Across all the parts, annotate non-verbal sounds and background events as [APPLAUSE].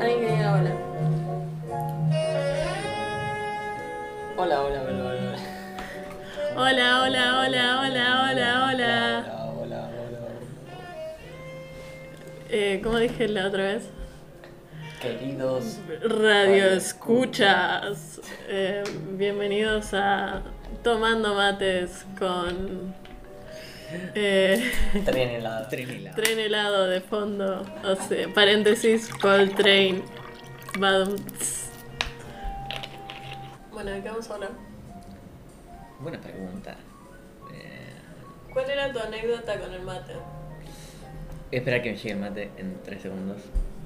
Alguien que diga hola. Hola, hola, hola, hola. Hola, hola, hola, hola, hola, hola. Hola, hola, hola. Eh, ¿Cómo dije la otra vez? Queridos. Radio escuchas. Eh, bienvenidos a Tomando Mates con eh, [LAUGHS] Tren helado. Tren helado de fondo. O sea, paréntesis, Cold Train. Badum, tss. Bueno, ¿de qué vamos a hablar? Buena pregunta. Eh, ¿Cuál era tu anécdota con el mate? espera que me llegue el mate en 3 segundos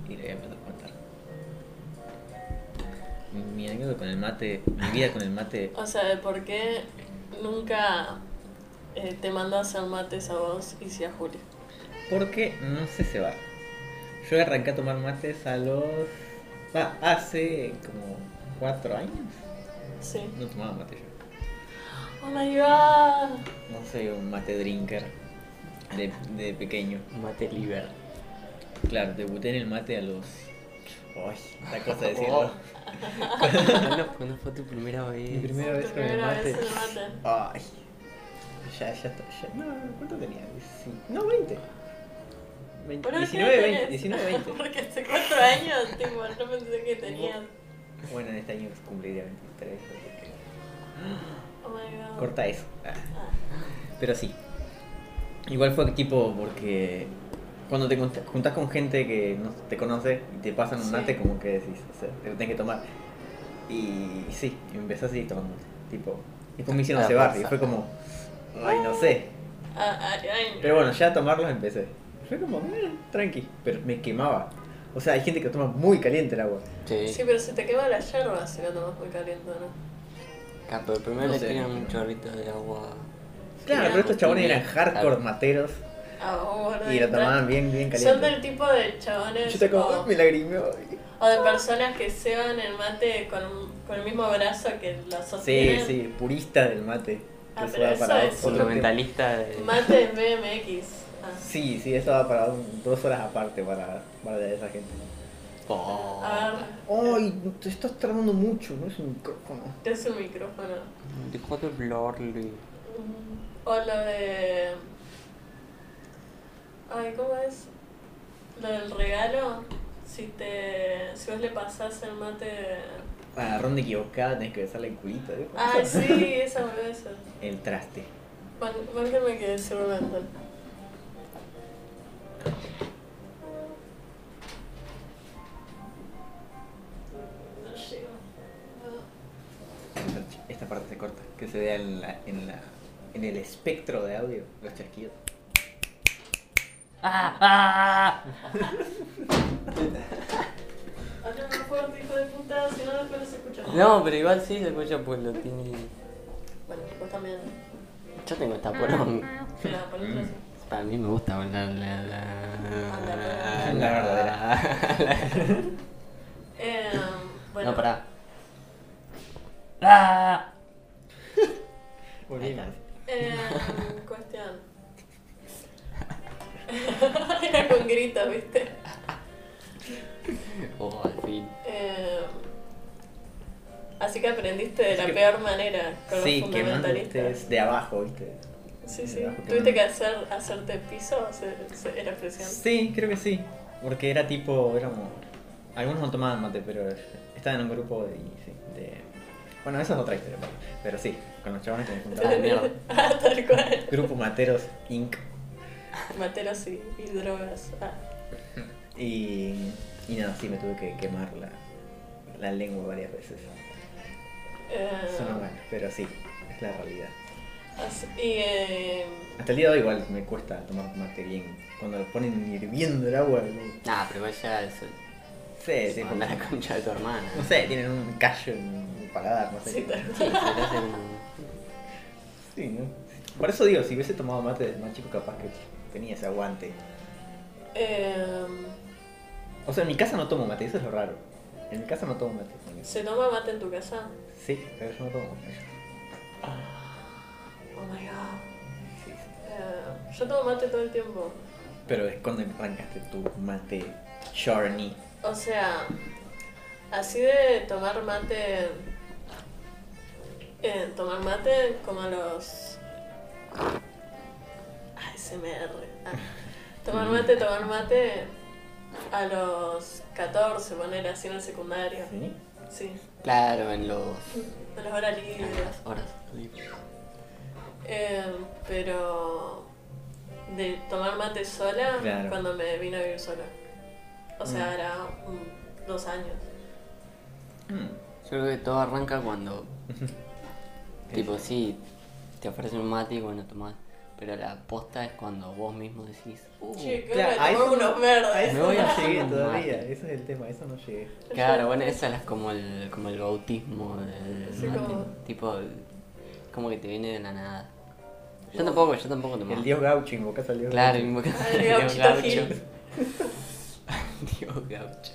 y le voy a empezar a contar. Mi, mi anécdota con el mate, mi vida con el mate, O sea, de por qué nunca eh, te mandó a hacer mates a vos y sí a Julio. porque no sé se va. Yo arranqué a tomar mates a los. va, hace como 4 años. Sí. No tomaba mate Oh yo. my god. No soy un mate drinker de, de pequeño. Mate [LAUGHS] liber. Claro, debuté en el mate a los. Ay, esta [LAUGHS] cosa de decirlo. ¿Cuándo, cuándo fue tu primera vez? Mi primera vez Tu con el primera mate. vez en el mate. Ay. Ya, ya está. Ya. No, ¿cuánto tenía? Dieci- No, 20. Veinte- Bueno, 19, 20, ¿qué no 19, tenés? 20. [LAUGHS] Porque hace cuatro años, tipo, no pensé que tenías. Bueno, en este año cumpliría 23. así Oh my que god. Corta eso. Ah, Ah, Pero sí. Igual fue tipo porque cuando te cont- juntás con gente que no te conoce y te pasan un Sí. mate, como que decís, o sea, te lo tenés que tomar. Y sí, empezás así tomando. Tipo, después me hicieron Ah, cebar y pasa. fue como, ay, no sé. ah, ay, ay. Pero bueno, ya a tomarlos empecé. Fue como, "Eh, tranqui, pero me quemaba. O sea, hay gente que toma muy caliente el agua. Sí. Sí, pero se te quema la yerba si lo tomas muy caliente, ¿no? Ah, pero primero No le sé, tiran pero- un chorrito de agua. Claro, Sí, pero estos chabones eran Ah, hardcore materos Ah, vos, gordo, y lo ¿no? tomaban bien, bien Son del caliente. tipo de chabones. Yo te como, o- "Ay, me lagrimeo. O de personas que ceban el mate con, un- con el mismo brazo que lo Sí, sostienen. sí, purista del mate. Ah, Eso pero va eso para es otro tema. Fundamentalista de. Mate en BMX. Ah. Sí, sí, eso va para un- dos horas aparte para, para esa gente. Oh. A ver, Ay, te estás tardando mucho, no es un micrófono. ¿qué es un micrófono? Dejó de hablarle. Mm, O lo de. Ay, ¿cómo es? Lo del regalo. Si te. Si vos le pasás el mate. Ah, ronda equivocada, tenés que besarle el culito. ¿eh? [LAUGHS] Ay, Ah, sí, esa boludez. El traste. Mar- Márquenme que se me mandan. No llego. Esta parte se corta, que se vea en, la, en, la, en el espectro de audio, los chasquidos. ¡Ah! ¡Ah! Habla más fuerte, hijo de puta, si no después no se escucha. No, pero igual sí se escucha pues lo tiene. Bueno, vos también. Yo tengo esta poronga. Espera, Mm. ponete así. Para mí me gusta hablar la Ah, la. La verdadera. Eh, [LAUGHS] bueno. No, pará. ¡Ah! Volvimos. Eh, [LAUGHS] cuestión. [LAUGHS] Era con gritos, ¿viste? Oh, al fin. Eh, así que aprendiste de la peor manera con los Sí, quemando fundamentalistas. ustedes de abajo, ¿viste? Sí, Me sí. bajo ¿Tuviste caminando. que hacer, hacerte piso? Se- se- era presión. Sí, creo que sí. Porque era tipo, éramos. Algunos no tomaban mate, pero estaban en un grupo de. y sí, de- Bueno, esa es otra historia, pero, pero sí, con los chavales que nos Ah, [LAUGHS] juntábamos. mierda. Ah, tal cual. grupo Materos Inc. Materos y, y drogas. Ah, Y, y nada, sí, me tuve que quemar la, la lengua varias veces. eh, Son buenas, pero sí, es la realidad. as- y eh, Hasta el día de hoy igual me cuesta tomar mate bien. Cuando lo ponen hirviendo el agua, no Nah, pero vaya al sol. sé, Se tipo, manda la concha de tu hermana. no sé, tienen un callo en el paladar, no sé. sí, tal Sí, se cual. le hace un- Sí, ¿no? Por eso digo, si hubiese tomado mate desde más chico, capaz que tenía ese aguante. Eh, O sea, en mi casa no tomo mate, eso es lo raro. En mi casa no tomo mate. ¿Se toma mate en tu casa? Sí, pero yo no tomo mate. Oh my god. Sí, sí. Eh, yo tomo mate todo el tiempo. Pero es cuando arrancaste tu mate journey. O sea, así de tomar mate. eh, tomar mate como a los. ASMR. Ah. Tomar mate, tomar mate a los 14, poner así en el secundario. ¿Sí? Sí, Claro, en los. a las horas En libres. las horas libres. Eh, pero. de tomar mate sola Claro. cuando me vino a vivir sola. O sea, Mm. era mm, dos años. Mm. Yo creo que todo arranca cuando. tipo, sí, te ofrecen un mate y bueno, tomás. Pero la posta es cuando vos mismo decís. "Uh, Che, qué Claro, hora a de eso tomar unos no- verdes. a [LAUGHS] eso no Ah, llegué mate. todavía, ese es el tema, a eso no llegué. Claro, bueno, esa es como el, como el bautismo del Sí, mate. como- Tipo, como que te viene de la nada. Yo tampoco, yo tampoco tomaba. El dios gaucho, invocás al dios Claro, gaucho. invocando Ah, al [LAUGHS] el dios gauchito gaucho. Gil. [LAUGHS] Dios gaucho.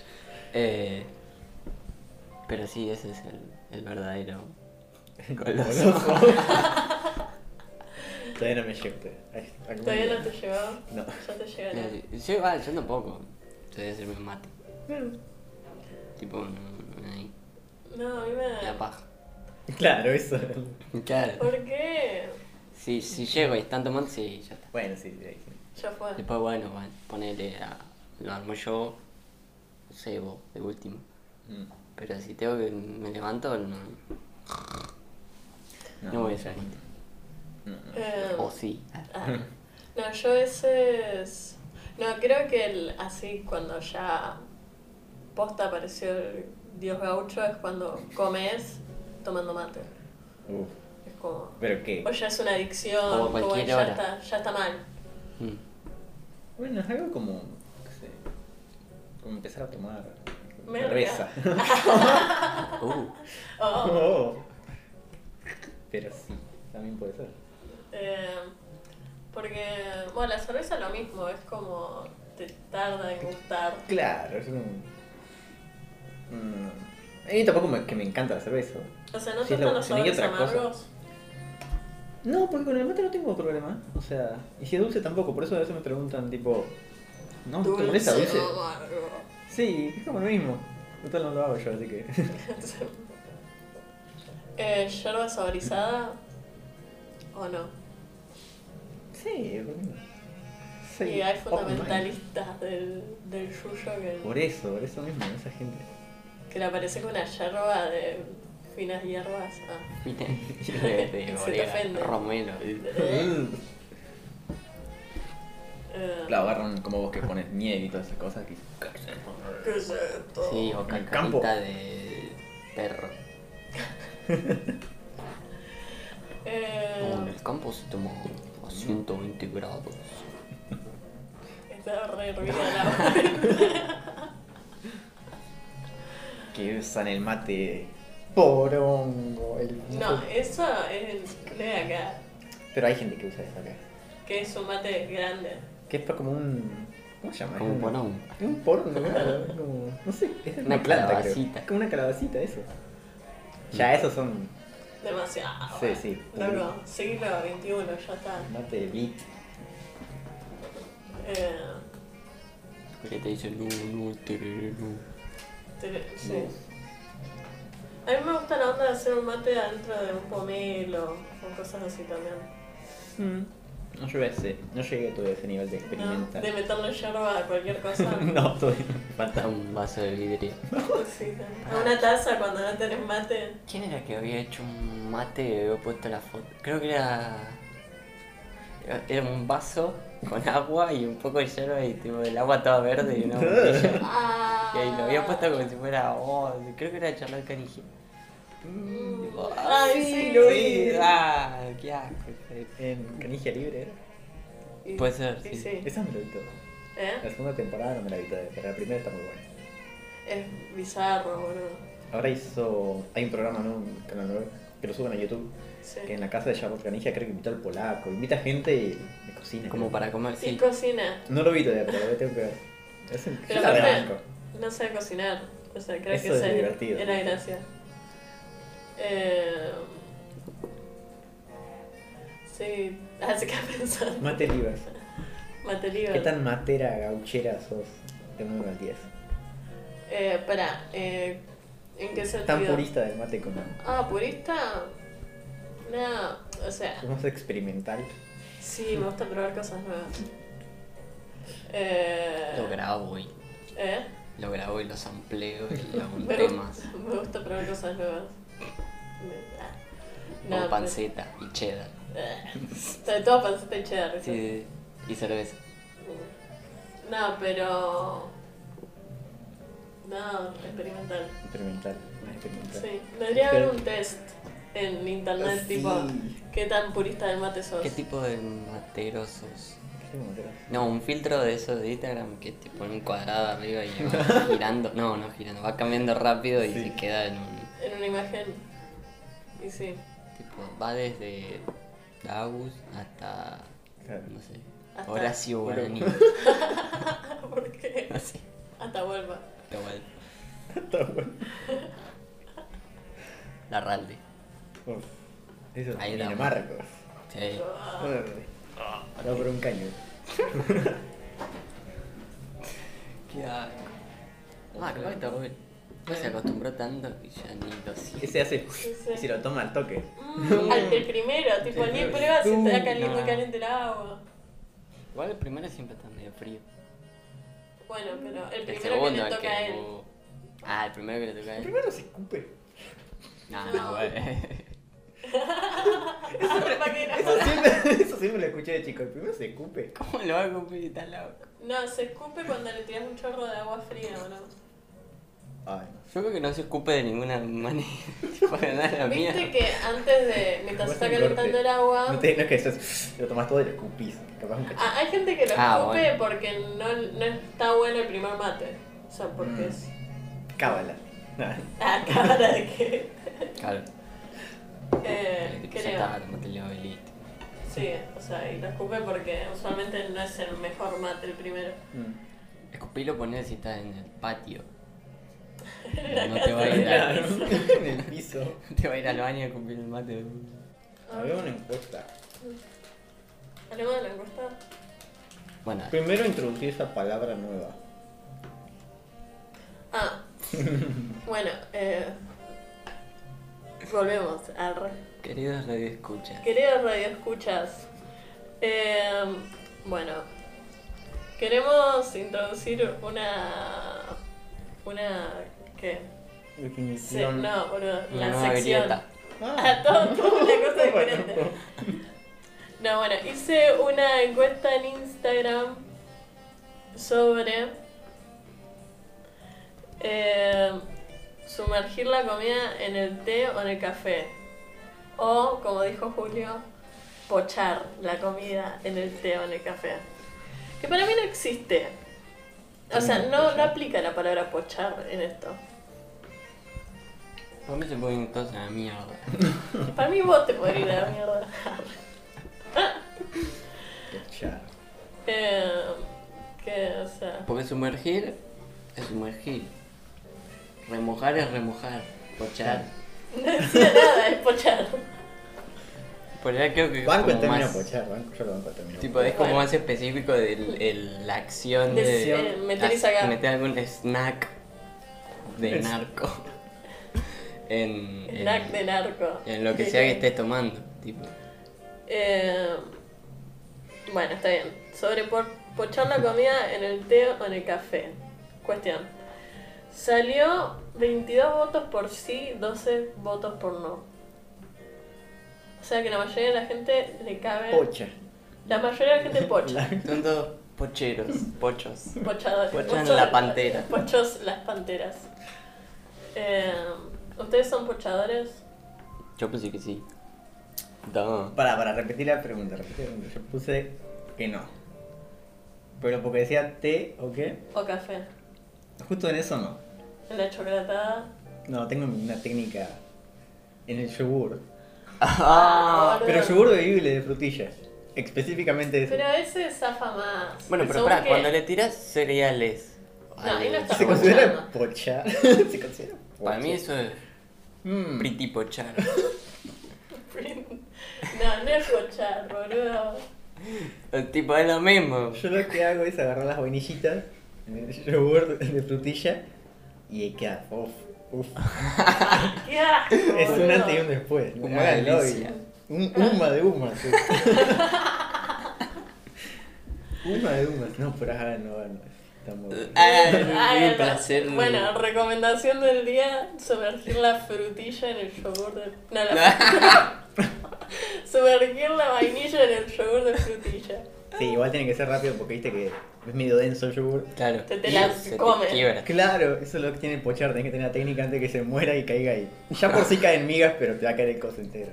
Eh, pero sí, ese es el, el verdadero. Goloso. [LAUGHS] Todavía no me llego. Ay, algún Todavía día. no te llegó. No. [LAUGHS] Ya te llegará. Yo igual, yo tampoco. Yo voy a hacerme un mate. Mm. Tipo, ahí, No, a mí me. la paja. [LAUGHS] Claro, eso. Claro. Ah. ¿Por qué? Si, si llego y están tomando, sí, ya está. Bueno, sí, sí, ahí sí. Ya fue. Después, bueno, bueno, ponele a. Lo armo yo, cebo, de último. Mm. Pero si tengo que. Me levanto, no, no voy a hacer mate. No, no. Eh, O sí. ah. [LAUGHS] No, yo a veces. No, creo que el, así cuando ya posta apareció el dios gaucho es cuando comes tomando mate. Uf, Es como. ¿Pero qué? O ya es una adicción, Como como, cualquier ya, hora. está, ya está mal. Mm. Bueno, es algo como. qué sé, Como empezar a tomar. Merca. Cerveza. Uh. O, [LAUGHS] Oh. [LAUGHS] Pero sí, también puede ser. eh, porque, bueno, la cerveza es lo mismo, es como te tarda en gustar. Claro, es un. Mm. A mí tampoco me, que me encanta la cerveza. O sea, ¿no Sí, te es la gustan los opción, sabores y otra cosa. amargos? No, porque con el mate no tengo problema. O sea, y si es dulce tampoco, por eso a veces me preguntan, tipo. No, ¿te molesta Ah, dulce? o amargo. [LAUGHS] Sí, es como lo mismo. Total no lo hago yo, así que. [LAUGHS] eh, ¿Yerba saborizada o no? sí, ¿por qué no? Sí. Y hay Oh, my. fundamentalistas del, del yuyo Por e- que, eso, por eso mismo, esa gente. que le aparece con una yerba de finas hierbas. Ah. Mira, de- de [LAUGHS] Se te Borea, ofende. Romero. Eh, [LAUGHS] La agarran como vos que pones nieve y todas esas cosas. Que... ¿Qué es esto? Sí, o En el campo. cascarita de perro. Eh, No, en el campo se toma a 120 grados. Estaba [LAUGHS] re hervida la Que usan el mate porongo. El... No, eh. eso es el de acá, Pero hay gente que usa eso acá. que es un mate grande. Que es pa- como un. ¿Cómo se llama? Como Es un una- porón. Es un porongo, claro. es como- No sé, es una, Una planta, calabacita. Mm. creo. Es como una calabacita, eso. Ya, esos son Demasiado. Sí, sí. Loco, siglo XXI, ya está. mate beat. Eh, Porque te dicen, no, no, tereré, no. te- sí. A mí me gusta la onda de hacer un mate adentro de un pomelo o cosas así también. Mm. No llegué, a ese, no llegué todavía a ese nivel de No, experimentar. [LAUGHS] de meterle yerba a cualquier cosa. [LAUGHS] no, todavía no. A falta. un vaso de vidrio. Sí, no. A una taza cuando no tenés mate. ¿Quién era que había hecho un mate y había puesto la foto? Creo que era. era- Era un vaso con agua y un poco de hierba y tipo, el agua toda verde y una [LAUGHS] botella. Ah. Y ahí lo había puesto como si fuera. Oh, creo que era Charlotte Carigi. Ay, sí, lo sí. vi. Ah, qué asco. hija de- Eh, En Canilla Libre era. Y- ah". Puede ser, y sí. Esa me lo vi toda. La ¿Eh? segunda temporada no me la vi todavía, pero la primera está muy buena. Es bizarro, boludo. Ahora hizo. Hay un programa, ¿no? Un canal 9 que lo suben a YouTube. Sí. Que en la casa de Charlotte Canilla creo que invita al polaco, invita gente y le cocina. Como creo. para comer, Y sí. cocina. No lo vi todavía, pero lo tengo que ver. Es un Pero sabe aparte- banco. No sé cocinar. O sea, creo Eso que es esa divertido. era gracia. Eh... Sí, ah, así [LAUGHS] que pensar. Mate Livers. Mate libre. ¿Qué tan matera gauchera sos de 9 al 10? Eh, pará, eh, ¿en qué sentido? Tan purista del mate como. Ah, purista. No, o sea, Más experimental. sí, me gusta probar cosas nuevas. Eh, Lo grabo y ¿eh? lo grabo y lo sampleo y hago un [LAUGHS] Me, tema. gusta, me gusta probar cosas nuevas. Ah, Con pero- panceta y cheddar. Eh, [LAUGHS] Sobre todo panceta y cheddar. ¿sí? Sí, y cerveza. No, pero. No, experimental. Experimental. Más experimental. Sí, debería haber Pero- un test en internet, Sí. tipo, ¿qué tan purista del mate sos? ¿Qué tipo de matero sos? ¿Qué matera? No, un filtro de esos de Instagram que te pone un cuadrado arriba y [LAUGHS] va girando. No, no girando, va cambiando rápido y Sí. se queda en un. En una imagen. Y sí. [LAUGHS] Tipo, va desde Dagus hasta. No sé. Hasta- Horacio [LAUGHS] Guaraní. ¿Por qué? No sé. Hasta vuelva. Está bueno. Está bueno. La Ralde. Uf. Eso Ahí Ah. es da. Dinamarca. Sí. No, por un caño. [LAUGHS] Qué asco. Ah, creo que está bueno. No se acostumbró tanto y ya ni lo siente. Ese hace. Sí, sí. Y se lo toma al toque. Mm, al el primero, tipo, Sí, ni pero- prueba si está Uh, caliente no. caliente el agua. Igual el primero siempre está medio frío. Bueno, Mm. pero el El, primero que segundo le es toca a que. [LAUGHS] él. vos- Ah, el primero que le toca a él. Primero se escupe. No, no, güey. Ah, ¿para qué era? [LAUGHS] Eso siempre, eso siempre lo escuché de chico. El primero se [LAUGHS] escupe. ¿Cómo lo va a cumplir? Está loco. No, se escupe cuando le tiras un chorro de agua fría, ¿o no? Ay, Yo creo que no se ocupe de ninguna manera. [LAUGHS] Tipo, de nada la mía. Viste que antes de. mientras Capaz está un corte. calentando el agua. No, te, no es que eso lo tomas todo y lo escupís. Capaz un cachito. Ah, hay gente que lo Ah, escupe bueno. porque no, no está bueno el primer mate. O sea, porque Mm. es. Cábala. [LAUGHS] Ah, Ah, [LAUGHS] cara de que. Claro. Eh, Ya creo. está, no te leo el listo. Sí, o sea, y lo escupe porque usualmente no es el mejor mate el primero. Mm. Escupilo ponés si estás en el [LAUGHS] patio. La No te va a casa ir de- a- [LAUGHS] Claro, [LAUGHS] en el piso. te va a ir al baño a cumplir el mate. Había una encuesta. ¿Hablemos de la encuesta? Bueno, Primero introducí esa palabra nueva. Ah. bueno, eh. Volvemos al re. queridos radioescuchas. Queridos radioescuchas, eh, bueno, queremos introducir una. una. ¿qué? Se- Definición. no, boludo, Una la nueva sección. grieta. Ah, todo, todo una cosa diferente. [LAUGHS] No, bueno, hice una encuesta en Instagram sobre. eh, sumergir la comida en el té o en el café. O, como dijo Julio, pochar la comida en el té o en el café. Que para mí no existe. O sea, no, no aplica la palabra pochar en esto. Para mí se pueden todos a la mierda. Para mí vos te podrías ir a la mierda. Ya. Eh, que, o sea, [LAUGHS] Porque sumergir es sumergir. Remojar es remojar. Pochar. no decía nada, es pochar. Por allá creo que es Banco el como término más... pochar, banco, yo lo banco el término. Tipo, es como Bueno. más específico de la acción De- de, eh, meter y as- sacar. meter algún snack de Es- narco [LAUGHS] en, en- Snack de narco. en lo que sea que estés tomando. Tipo, Eh, Bueno, está bien. Sobre por, pochar la comida en el té o en el café. Cuestión. Salió 22 votos por sí, 12 votos por no. O sea que la mayoría de la gente le cabe... Pocha. La mayoría de la gente pocha. Son todos pocheros, pochos. [LAUGHS] Pochadores. Pochan la pantera. Pochos las panteras. Eh, ¿Ustedes son pochadores? Yo pensé que sí. [LAUGHS] No. Para, para repetir la pregunta, repetir la pregunta. Yo puse que no. Pero porque decía té o qué, ¿O café? justo en eso no. ¿En la chocolatada? No, tengo una técnica en el yogur. Ah, boludo. Pero yogur bebible de frutillas. Específicamente eso. Pero ese zafa más. Bueno, pero Según pará, que- [LAUGHS] cuando le tiras cereales. No, al ahí no está Se yogur, [LAUGHS] bueno. considera pocha. Se considera pocha. Para mí eso es Mm. pretty [LAUGHS] pochar. No, no es pochar, boludo. tipo, [LAUGHS] es lo mismo. [LAUGHS] Yo lo que hago es agarrar las vainillitas, el yogur de frutilla y ahí queda. Uf, uf. ¡Qué asco! [LAUGHS] Es un boludo. antes y un después. no Una hagan lo delicia. y- Un huma de humas. [LAUGHS] sí. Huma de humas. No, pero háganlo, háganlo. Está muy bueno. Ah, Ay, un placer. Bueno, recomendación del día: sumergir la frutilla en el yogur de. No, Ah. la. sumergir la vainilla en el yogur de frutilla. Sí, igual tiene que ser rápido porque viste que es medio denso el yogur. Claro. Te- te y la se te comes. quiebra. Claro, eso es lo que tiene el pochar, tenés que tener la técnica antes de que se muera y caiga ahí. Ya por sí caen migas, pero te va a caer el coso entero.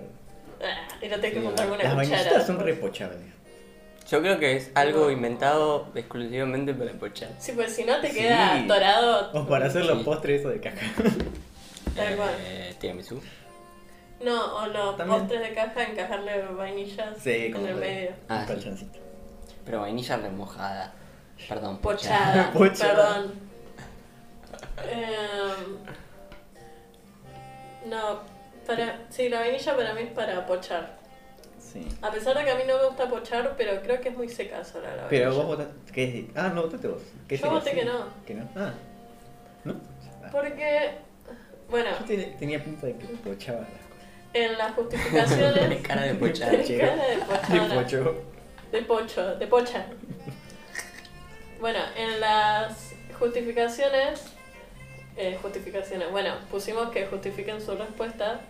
Ah, Y lo tenés que Sí, montar con una Las cuchara. vainillitas son repochables. Yo creo que es algo inventado exclusivamente para pochar. Sí, pues si no te Sí. queda atorado. O para hacer los Sí. postres eso [LAUGHS] de caca. Tal cual. Eh, tiramisú. No, o los También. postres de caja, encajarle vainillas Sí, en como el de- medio. Ah, Un sí. colchoncito. Pero vainilla remojada. Perdón, pochada. Pochada, [LAUGHS] Pochada. perdón. Em, no, para, sí, la vainilla para mí es para pochar. Sí. A pesar de que a mí no me gusta pochar, pero creo que es muy seca sola la vainilla. Pero vos votaste. ¿Qué Ah, no, votaste vos. ¿Qué Yo sería? voté Sí. que no. ¿Que no? Ah. ¿No? Ah. Porque, bueno, Yo tenía, tenía pinta de que pochaba las cosas. en las [LAUGHS] Tiene [LAUGHS] justificaciones... cara [LAUGHS] de pochar. Tenés cara de De pochadora. pocho. De pocho, de pocha. Bueno, en las justificaciones, eh, justificaciones, bueno, pusimos que justifiquen su respuesta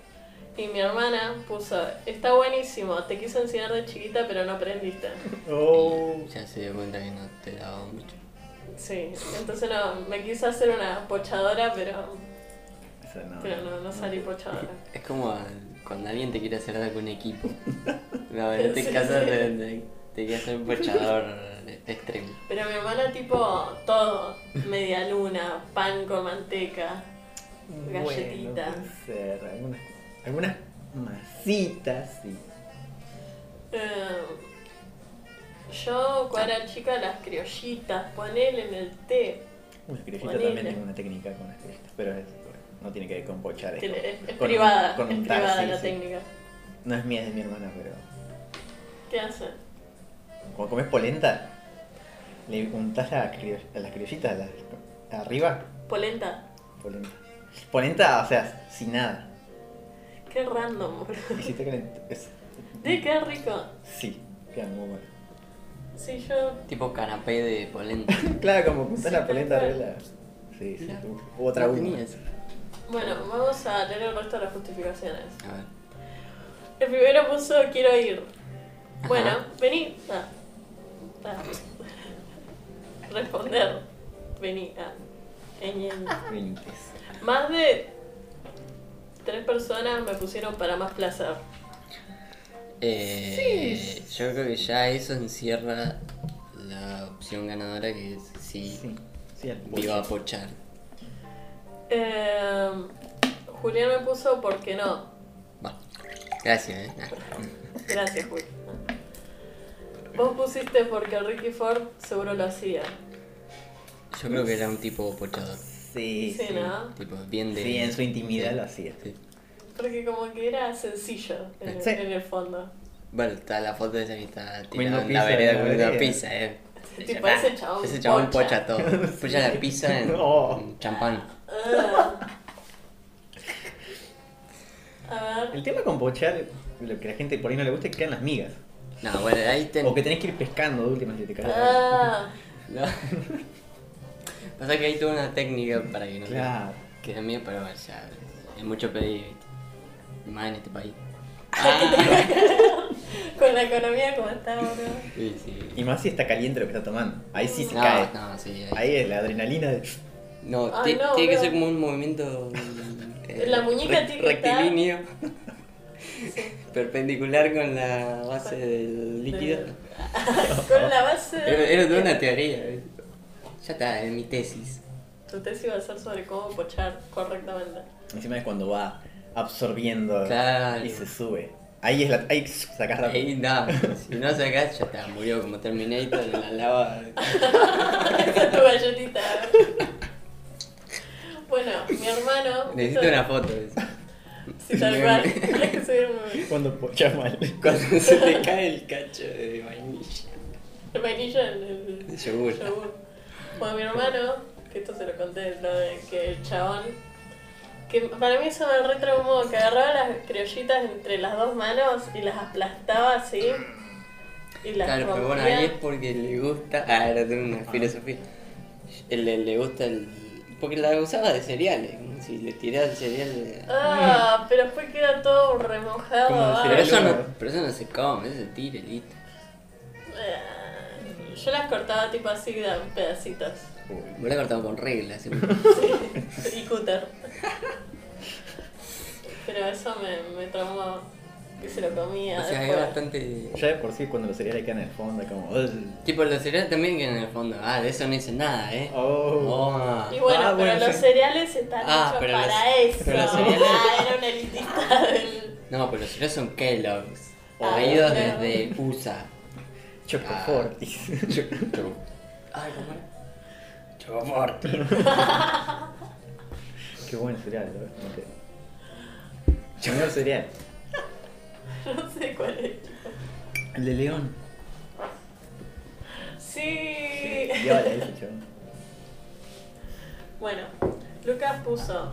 y mi hermana puso, está buenísimo, te quise enseñar de chiquita pero no aprendiste. Oh. Ya se dio cuenta que no te daba mucho. Sí, entonces no, me quise hacer una pochadora pero, Eso no. pero no, no salí pochadora. Es como al- cuando alguien te quiere hacer algún [LAUGHS] equipo. No, en Sí, este caso sí. te, te- te quiere hacer un pochador extremo. Pero mi hermana tipo todo, media luna, pan con manteca. Galletita. Bueno, puede ser. Algunas, algunas masitas, sí. Eh, yo cuando era chica las criollitas, ponele en el té. Una criollita Ponele. también tengo una técnica con las criollitas, pero es, bueno, no tiene que ver con pochar. Tiene- con- Es, es con un- privada, con es un tar, privada sí, la sí. técnica. No es mía, es de mi hermana, pero. ¿Qué hacen? Cuando comes polenta, le untás la crio- a las criollitas a las- arriba. Polenta. Polenta. Polenta, o sea, sin nada. Qué random, boludo. [LAUGHS] Hiciste calent- es- De qué rico. Sí, queda muy bueno. Sí, yo. Tipo canapé de polenta. Claro, como untás Sí, la polenta tal arriba. la- Sí, sí. Mira. tú- u [LAUGHS] otra No uña. tenías. Bueno, vamos a leer el resto de las justificaciones. A ver. El primero puso quiero ir. Bueno, Ajá. vení. Ah. Ah. [LAUGHS] Responder. Vení. Ah. Ñ, ñ. Benítez. Más de tres personas me pusieron para más placer. Eh, Yo creo que ya eso encierra la opción ganadora que es sí. Sí, sí, al Viva pochar. Eh, Julián me puso porque no. Va. Gracias, eh. Ah. Gracias, Juli. Vos pusiste porque Ricky Ford seguro lo hacía. Yo creo que era un tipo pochador. Sí, Sí, sí. ¿no? Tipo, bien de. Sí, en su intimidad Sí. lo hacía. Sí. Porque como que era sencillo en el, Sí. en el fondo. Bueno, está la foto de esa que está Comiendo tirada en la pizza en vereda la comiendo vereda. pizza, eh. Tipo, ese chabón Ese chabón pocha, pocha. [LAUGHS] todo. Pocha la pizza en, No. en champán. Ah. A ver, El tema con pochar, lo que a la gente por ahí no le gusta es que quedan las migas. No, bueno, ahí ten... O que tenés que ir pescando de última si te caes. Ah, [LAUGHS] No. Pasa que hay toda una técnica para que no Claro. que es mío, pero o sea, es mucho pedir, ¿viste? Y Más en este país. Ah. con la economía como está, boludo. Sí, sí. Y más si está caliente lo que está tomando. Ahí sí se no, cae. no, sí. ahí- Ahí es la adrenalina de... No, Ah, ti- no, tiene que bro. ser como un movimiento. eh, La muñeca tiene que estar- Rectilíneo. [LAUGHS] Perpendicular con la base del líquido. Con la base. Era, era toda una teoría. ¿viste? Ya está, en mi tesis. Tu tesis va a ser sobre cómo pochar correctamente. Encima es cuando va absorbiendo Ah, Claro. y se sube. Ahí es la... Ahí sacas la... Ahí no, si no sacás, ya está, murió como Terminator en la [LAUGHS] lava. Esa es tu galletita. Bueno, mi hermano. Necesito una foto de eso. Si tal cual. [LAUGHS] Hay que subir un- [LAUGHS] Cuando pocha mal. [LAUGHS] Cuando se te cae el cacho de vainilla. el vainillo en el De yogur. yogur. Bueno, mi hermano, que esto se lo conté, lo de que el chabón. Que para mí eso me retraumó, que agarraba las criollitas entre las dos manos y las aplastaba así. Y las Claro, pero bueno, rompía. ahí es porque le gusta. Ah, era de una filosofía. Eh, Le, le gusta el. Porque la usaba de cereales. Si le tirás el cereal. Ah, pero después queda todo remojado. Como ah. Pero eso, no, claro. pero eso no se come, eso se tira y listo. Eh, Yo las cortaba tipo así de pedacitos. Me lo he cortado con reglas. [LAUGHS] y cúter. Pero eso me, me traumó. Que se lo comía. O sea, es después. bastante. Ya de por sí cuando los cereales quedan en el fondo es como... "Ugh". Tipo, los cereales también quedan en el fondo. Ah, de eso no hice nada, eh. Oh. Oh. Y bueno, Ah, pero bueno, los sí. cereales están Ah, hechos pero para los- eso. pero los cereales- Ah, era un elitista del. No, pero los cereales son Kellogg's. Ah, Traídos claro. desde [LAUGHS] USA. Chocofortis. Ay, ¿cómo era? [LAUGHS] Chocoforte. [LAUGHS] Qué buen cereal, ¿verdad? Mejor cereal. No sé cuál es. El de León. Sí. Viola ese chabón. Bueno, Lucas puso.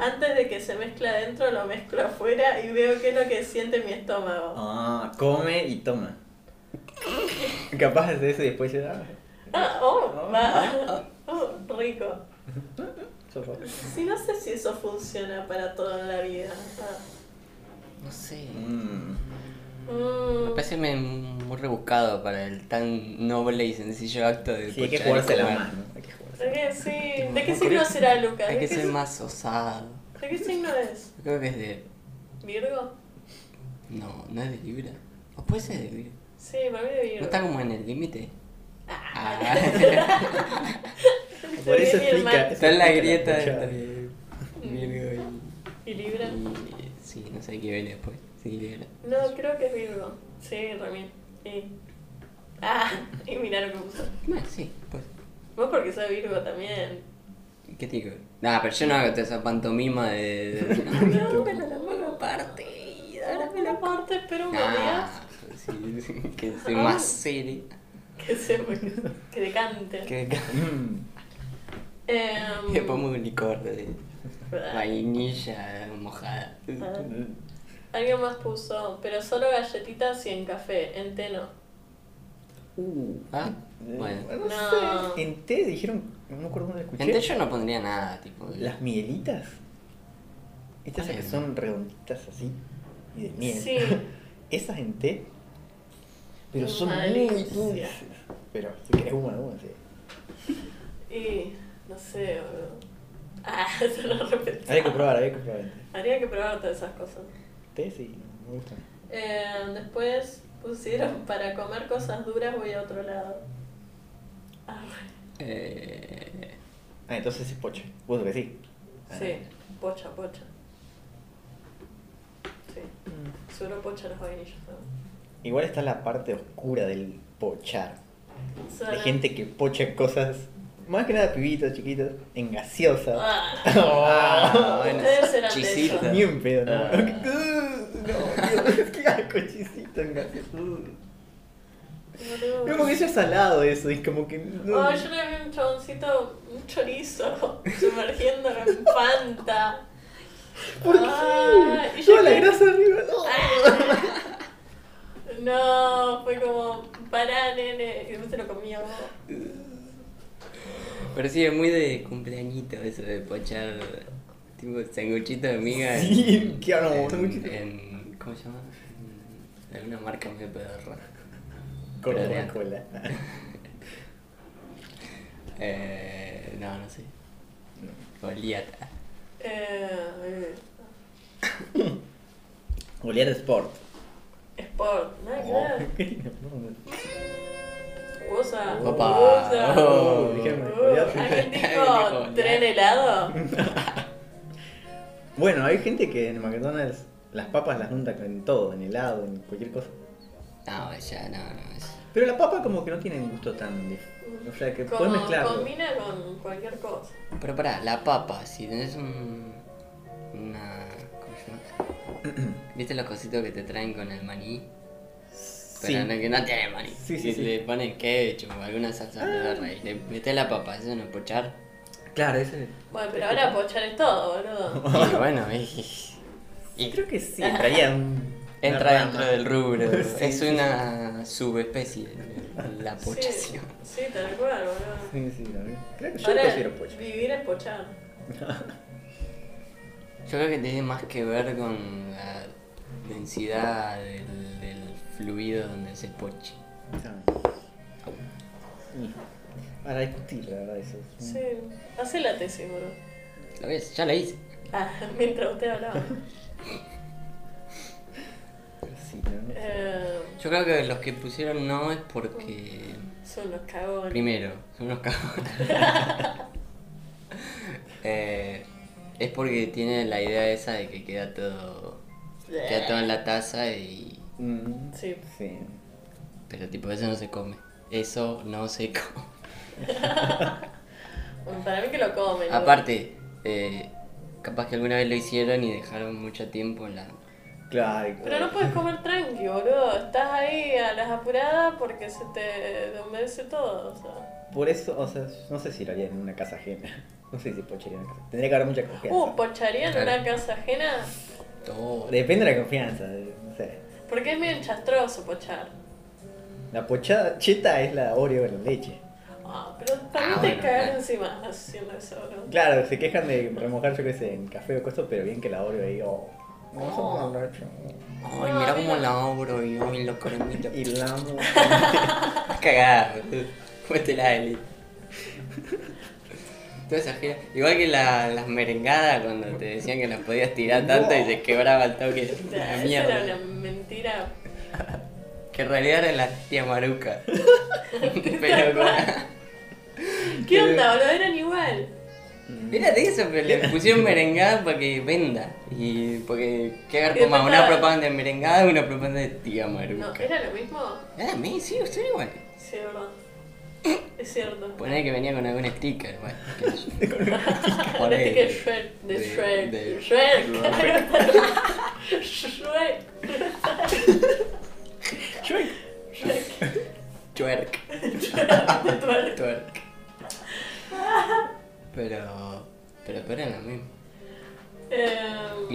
Antes de que se mezcle adentro, lo mezclo afuera y veo qué es lo que siente mi estómago. Ah, come y toma. Capaz de eso y después se da. Ah, oh, Ah, va. Oh, rico. Sopa. Sí, no sé si eso funciona para toda la vida. Ah. No sé. Mm. Me Mm, parece me- muy rebuscado para el tan noble y sencillo acto de Sí, hay que pochar y jugársela comer. más, ¿no? Hay que jugársela. es que sí. ¿De qué Creo- signo será Lucas? Hay ¿De que qué ser si- más osado. ¿De qué signo es? Yo Creo que es de. ¿Virgo? No, no es de Libra. O puede ser de Libra. Sí, para mí de No Virgo. está como en el límite. Ah, Ah, [LAUGHS] Por eso Bien, bien, explica. mal. está en la explica grieta pochada. entre Virgo ¿Y y. Libra? y- Sí, no sé qué viene después. Sí, Libra. No, creo que es Virgo. Sí, Ramín. Y... Ah, [LAUGHS] y mirá lo que puso. Bueno, sí, pues. Vos porque sos [LAUGHS] Virgo también. ¿Qué te digo? Nah, pero yo no hago toda esa pantomima de. [LAUGHS] de- Dámelo la mano aparte. y Dame la parte, espera un Nah, momento. Ah, sí, sí, que soy más serio. Que se que decante. Que Mm. Em, le pongo un licor de vainilla mojada. Ah. Mm. Alguien más puso, pero solo galletitas y en café, en té no. Uh, Ah, eh, bueno. No, No. sé. En té dijeron. No me acuerdo dónde escuché. En té yo no pondría nada, tipo. Las mielitas. Estas ¿Cuál que es? son redonditas así. Y de miel. Sí. [LAUGHS] Esas en té. Pero son Una muy delicia. dulces. Pero si querés una, una, sí. Y no sé, boludo. Ah, [LAUGHS] eso lo repetí. Había que probar, había que probar. en té. Habría que probar todas esas cosas. Té sí, me gusta. Em, después pusieron, para comer cosas duras voy a otro lado. Ah, Eh, Ah, entonces es pocho. Vos que sí. Ah. sí, pocha, pocha. Sí, seguro pocha los vainillos también. Igual está la parte oscura del pochar. Solo- De gente que pocha cosas. Más que nada pibitos, chiquitos, en gaseosa. Ah, [LAUGHS] Ah, bueno, Ustedes eran de chisito. esos. Oh. Ni un pedo, no. Ah. [LAUGHS] No, Dios, qué asco, chisito en gaseosa. boludo. Es como que ya es salado eso, y como que. no. Oh, yo le vi un chaboncito, un chorizo, [LAUGHS] sumergiendo en Fanta. ¿Por qué? Ah, y yo Toda la creo- grasa arriba. no. Ah. [LAUGHS] no, fue como, pará, nene, y después se lo comía. ¿no? Pero sí, es muy de cumpleañito eso de pochar tipo sanguchito de miga. en- Sí, qué en- aroma, sanguchito. en- ¿Cómo se llama? En alguna marca medio pedorra. Corea. Coca-Cola. [LAUGHS] Eh, no, no sé. Goliat. Eh, Goliath Sport. eh, sport, nada que Oh, ver. qué lindo nombre. Usa, Opa. usa. Oh. Dijeron, Uh, ya. Alguien [LAUGHS] Alguien dijo, dijo, tren ya. helado. Bueno, hay gente que en McDonald's las papas las junta con todo, en helado, en cualquier cosa. No, ya, no, no. es- Pero la papa como que no tiene un gusto tan... dif- O sea, que puedes Como mezclarlo. combina con cualquier cosa. Pero pará, la papa, si tenés un. Una. ¿Cómo se llama? [CLEARS THROAT] ¿Viste los cositos que te traen con el maní? Pero no, que no tiene maní. Sí, sí, Y sí. Ah. Le ponen ketchup o alguna salsa verde y le metes la papa, eso no es [LAUGHS] pochar. Claro, ese... Bueno, pero ahora pochar es todo, [LAUGHS] boludo. Y bueno, y- Y y creo [LAUGHS] que sí, traía un... entra una dentro rama. del rubro. [LAUGHS] Sí, es sí, una subespecie de la Sí, pochación. sí, tal cual, boludo. Sí, sí, la verdad. Creo que yo Ahora, prefiero pocho. vivir es pochar. Yo creo que tiene más que ver con la densidad del, del fluido donde se poche. Y Para discutir, la verdad, eso. es un- Sí, hace la tesis, boludo. ¿Lo ves? Ya la hice. Ah, [LAUGHS] mientras usted [LAUGHS] hablaba. pero sí, la verdad. Eh, Yo creo que los que pusieron no es porque. son los cagones. Primero, son unos cagones. [LAUGHS] Eh, es porque tienen la idea esa de que queda todo. Queda todo en la taza y. Mm, Sí. Sí. Pero tipo, eso no se come. Eso no se [LAUGHS] come. Bueno, Para mí que lo comen. boludo. Aparte, eh, capaz que alguna vez lo hicieron y dejaron mucho tiempo en la. Claro. y- Pero no puedes comer tranqui, boludo. Estás ahí a las apuradas porque se te desmerece todo. O sea. Por eso, o sea, no sé si lo haría en una casa ajena. [LAUGHS] No sé si pocharía en una casa. Tendría que haber mucha confianza. Uh, ¿pocharía en Claro. una casa ajena? Todo. Depende de la confianza, de- no sé. Porque es medio chastroso pochar. La pochada cheta es la Oreo con leche. Ah, pero también Ah, te bueno, cagan claro. encima haciendo eso, boludo. Claro, se quejan de remojar, yo qué sé, en café o cosas, pero bien que la Oreo ahí, oh. Vamos a Oh. poner leche. Ay, mira cómo la abro y hoy lo cremito. Y Y la amo. cagada, Fuiste la élite. Toda esa gira- Igual que la- las merengadas cuando te decían que las podías tirar tanto y te quebraba el toque. O sea, La esa mierda. era una [LAUGHS] mentira. Que en realidad eran las tía [LAUGHS] Maruca. pero con... ¿Qué onda, boludo? Eran igual. Era de eso, pero [LAUGHS] le pusieron merengada para que venda. Y porque qué Y agarro después más, una estaba- propaganda de merengada y una propaganda de tía Maruca. No, ¿era lo mismo? Ah, me, sí, usted igual. Sí, es verdad. Es cierto. Poner que venía con algún sticker, bueno. qué sé yo. Ahora Ponele. sí que Shrek, de De- Shrek, de- Shrek, [LAUGHS] Shrek, Shrek. Shrek, Twerk, de tuerca. twerk. Pero. Pero pero era lo mismo. Y Eh,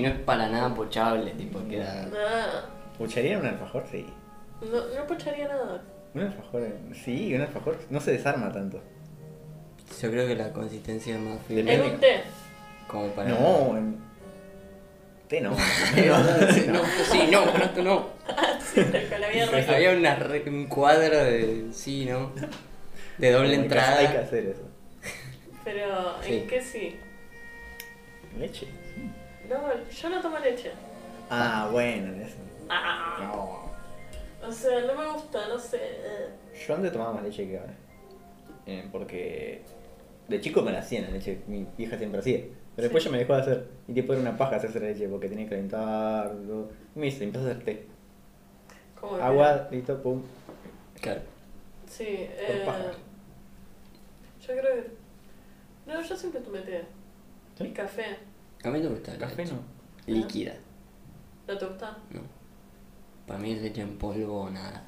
no es para nada pochable, tipo, queda. Em, nada. ¿Pucharía un alfajor? Sí. No, no pocharía nada. Un alfajor, sí, un alfajor no se desarma tanto. Yo creo que la consistencia es más En firme. un té. Como para. No, en... [LAUGHS] té no. No, no, sí, no, con esto no. Sí, tal cual, [LAUGHS] había Pues re- había una re- un cuadro de. Sí, ¿no? De Hay doble que- Hay que entrada. hacer eso. Pero, ¿en Sí. qué sí? Leche. No, yo no tomo leche. Ah, bueno, en eso. Ah, No. o sea, no me gusta, no sé. eh. Yo antes tomaba más leche que ahora. Eh, porque de chico me la hacían la leche, mi vieja siempre hacía. Pero después Sí. ya me dejó de hacer. Y tipo era una paja hacerse la leche porque tenía que calentarlo. Y me dice, empezó a hacer té. Como que- Agua, listo, pum. Claro. Sí, eh, paja. yo creo que... No, yo siempre tomé té. ¿Sí? Y café. A mí no me gusta la leche. Líquida. ¿No te gusta? No. Para mí es leche en polvo o nada.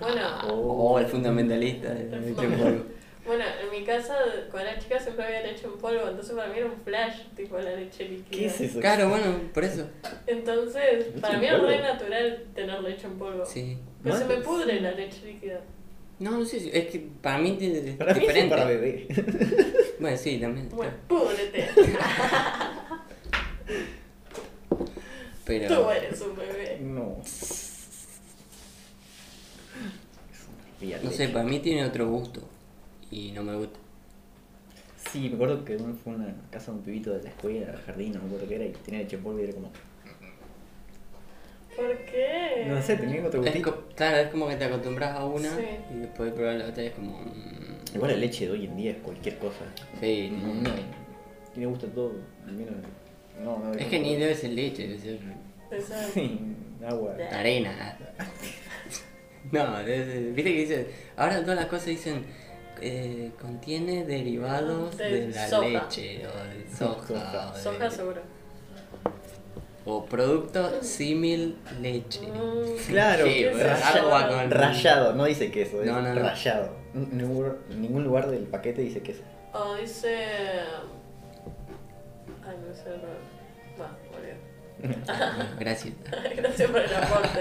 Bueno, Oh, el fundamentalista de la leche en [LAUGHS] polvo. bueno, en mi casa cuando era chica siempre había leche en polvo, entonces para mí era un flash, tipo la leche líquida. ¿Qué es eso? Claro, bueno, por eso. Entonces, ¿Leche para en mí era polvo? re natural tener leche en polvo. Sí. Pero se me Mates. pudre la leche líquida. No, no sé, si- es que para mí es di- di- Para mí diferente. es para beber. Bueno, sí, también. Bueno, púdrete. [LAUGHS] Tú Pero. eres un bebé. No. Vía No leche. sé, para mí tiene otro gusto. Y no me gusta. Sí, me acuerdo que uno fue a una casa de un pibito de la escuela, del jardín, no me acuerdo qué era, y tenía leche en polvo y era como. ¿Por qué? No sé, tenía otro Es gustito. co- claro, es como que te acostumbras a una Sí. y después de probar la otra y es como. mm, Igual la leche de hoy en día es cualquier cosa. sí, No, no. no. Tiene gusto a todo. al menos- No, no. Es que ni debe ser leche, debe ser [LAUGHS] Esa- Sí, agua. arena. [LAUGHS] No, debe ser- viste que dice. Ahora todas las cosas dicen. eh, contiene derivados De de, la soja. leche o de soja. Soja. o de- Soja seguro. O producto símil leche. [LAUGHS] Mm, Claro, Sí, qué ¿verdad? rayado. agua con. Rayado, no dice queso, es No, no, no. rayado. N- Ningún, lugar- ningún lugar del paquete dice queso. [LAUGHS] O Ah, dice. Ay, no sé. no- Bueno, olvidé. Ah, Gracias. [LAUGHS] Gracias por el aporte.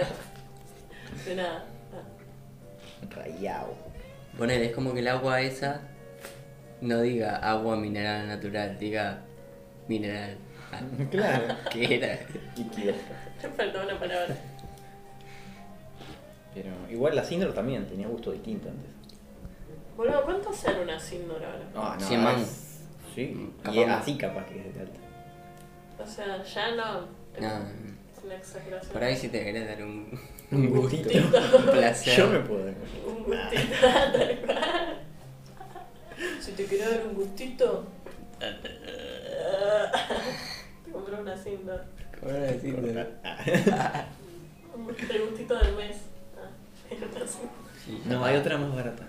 De nada. Ah, Rayado. [LAUGHS] Ponele, es como que el agua esa no diga agua mineral natural, diga mineral. Ah, Claro. ¿Qué era? Líquido. [LAUGHS] me Faltó una Ah, palabra. Pero igual la Cinder también tenía gusto distinto antes. Boludo, ¿cuánto sale una síndrome ahora? Ah, no. Cien ahora man. Mm, es- Sí, Capaz y es más. así capaz que es de alta. O sea, ya no. No, Es una exageración. por ahí si te querés dar un, Un gustito. un placer. Yo me puedo dar un gustito. Un gustito, [LAUGHS] tal cual. Si te quiero dar un gustito. Te compré una cinta. ¿Cómo era decirlo? Un- El gustito del mes. Ah, una Cinder. No, hay otra más barata.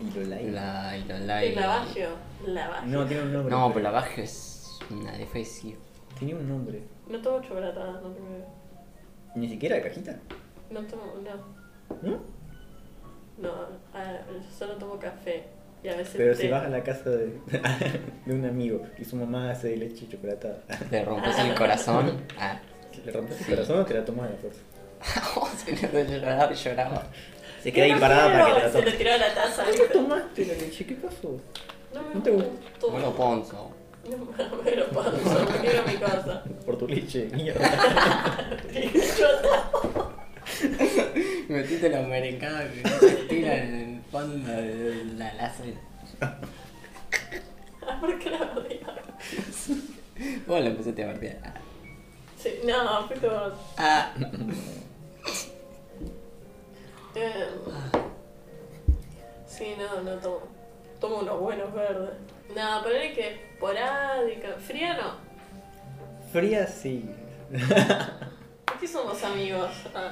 Y lo like. La, y la, El lavagio. Lavagio. No, tiene un nombre. No, pero la baja es una defensiva. Tenía un nombre. No tomo chocolate, no tengo. Ni siquiera de cajita. No tomo. No. ¿No? No, ah, yo solo tomo café y a veces Pero té. si vas a la casa de, [LAUGHS] de un amigo y su mamá hace leche y chocolate, [LAUGHS] Te rompes el [LAUGHS] corazón. Ah, [LAUGHS] Oh, ¿le rompes el corazón o te la tomas a la fuerza? se le lloraba, lloraba. Se ¡Qué queda imparada para que te la grosero! Se le tomes. tiró a la taza. [LAUGHS] ¿Por qué tomaste la leche? ¿Qué pasó? No me ¿No te gusta? gustó. Bueno, Ponzo. No me lo paso, me quiero a mi casa. [LAUGHS] Por tu leche, [LAUGHS] mierda. Idiota. Metiste la merengada que no se tira en el fondo de la lacera. Ah, ¿Por qué la odiaba? Vos la empezaste a partir. Ah. Sí, no, fuiste vos. Ah. Eh, sí, no, no tomo. Tomo unos buenos verdes. No, pero es que esporádica. Fría no. Fría sí. Aquí somos amigos. Ah,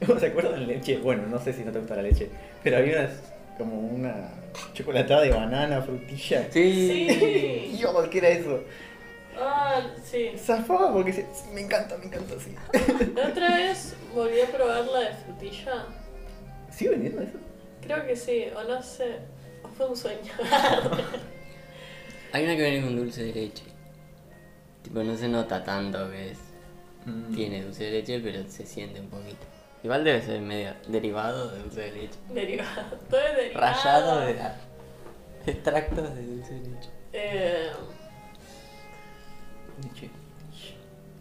[LAUGHS] ¿Se acuerdan leche? Bueno, no sé si no te gusta la leche, pero había unas- como una chocolatada de banana, frutilla. Sí. Dios, ¿qué era eso? ah sí. Zafaba porque se- me encanta, me encanta así. La otra vez volví a probar la de frutilla. [LAUGHS] ¿Sigue vendiendo eso? Creo que sí, o no sé. O fue un sueño. [LAUGHS] Hay una que viene con dulce de leche. Tipo, no se nota tanto que es. Mm. Tiene dulce de leche, pero se siente un poquito. Igual debe ser medio derivado de dulce de leche. derivado. Todo es derivado. Rayado de la- extractos de dulce de leche. Eh, Leche.